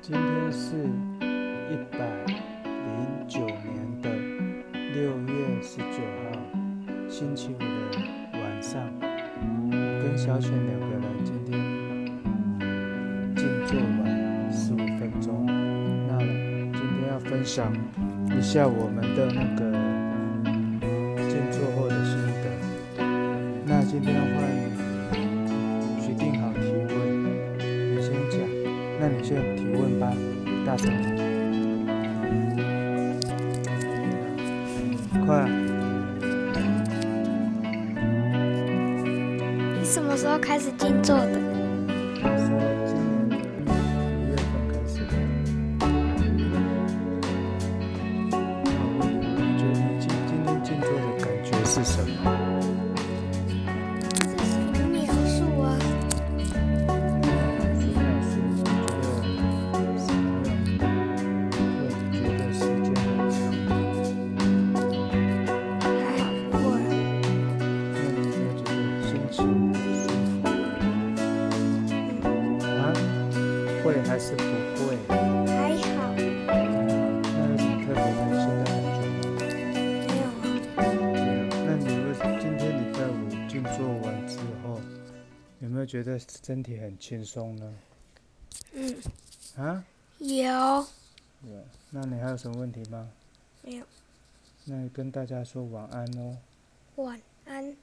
今天是一百零九年的六月十九号，星期五的晚上，我跟小犬两个人今天静坐完十五分钟。那今天要分享一下我们的那个静坐后的心得。那今天换决定好提问，你先讲。那你先提问吧，大声点，快！你什么时候开始静坐的？我是今年的一月份开始的。那我问你，你觉得你今今天静坐的感觉是什么？这是不描述啊，苏老师，你觉得什么让你觉得时间很长？还好不过了，那你有没有觉得心情不舒服？啊？会还是不会？还好，那有什么特别开心的感觉吗？没有啊，那你为今天礼拜五静坐完之后，有没有觉得身体很轻松呢？嗯，啊？有，有。那你还有什么问题吗？没有。那你跟大家说晚安哦。晚安。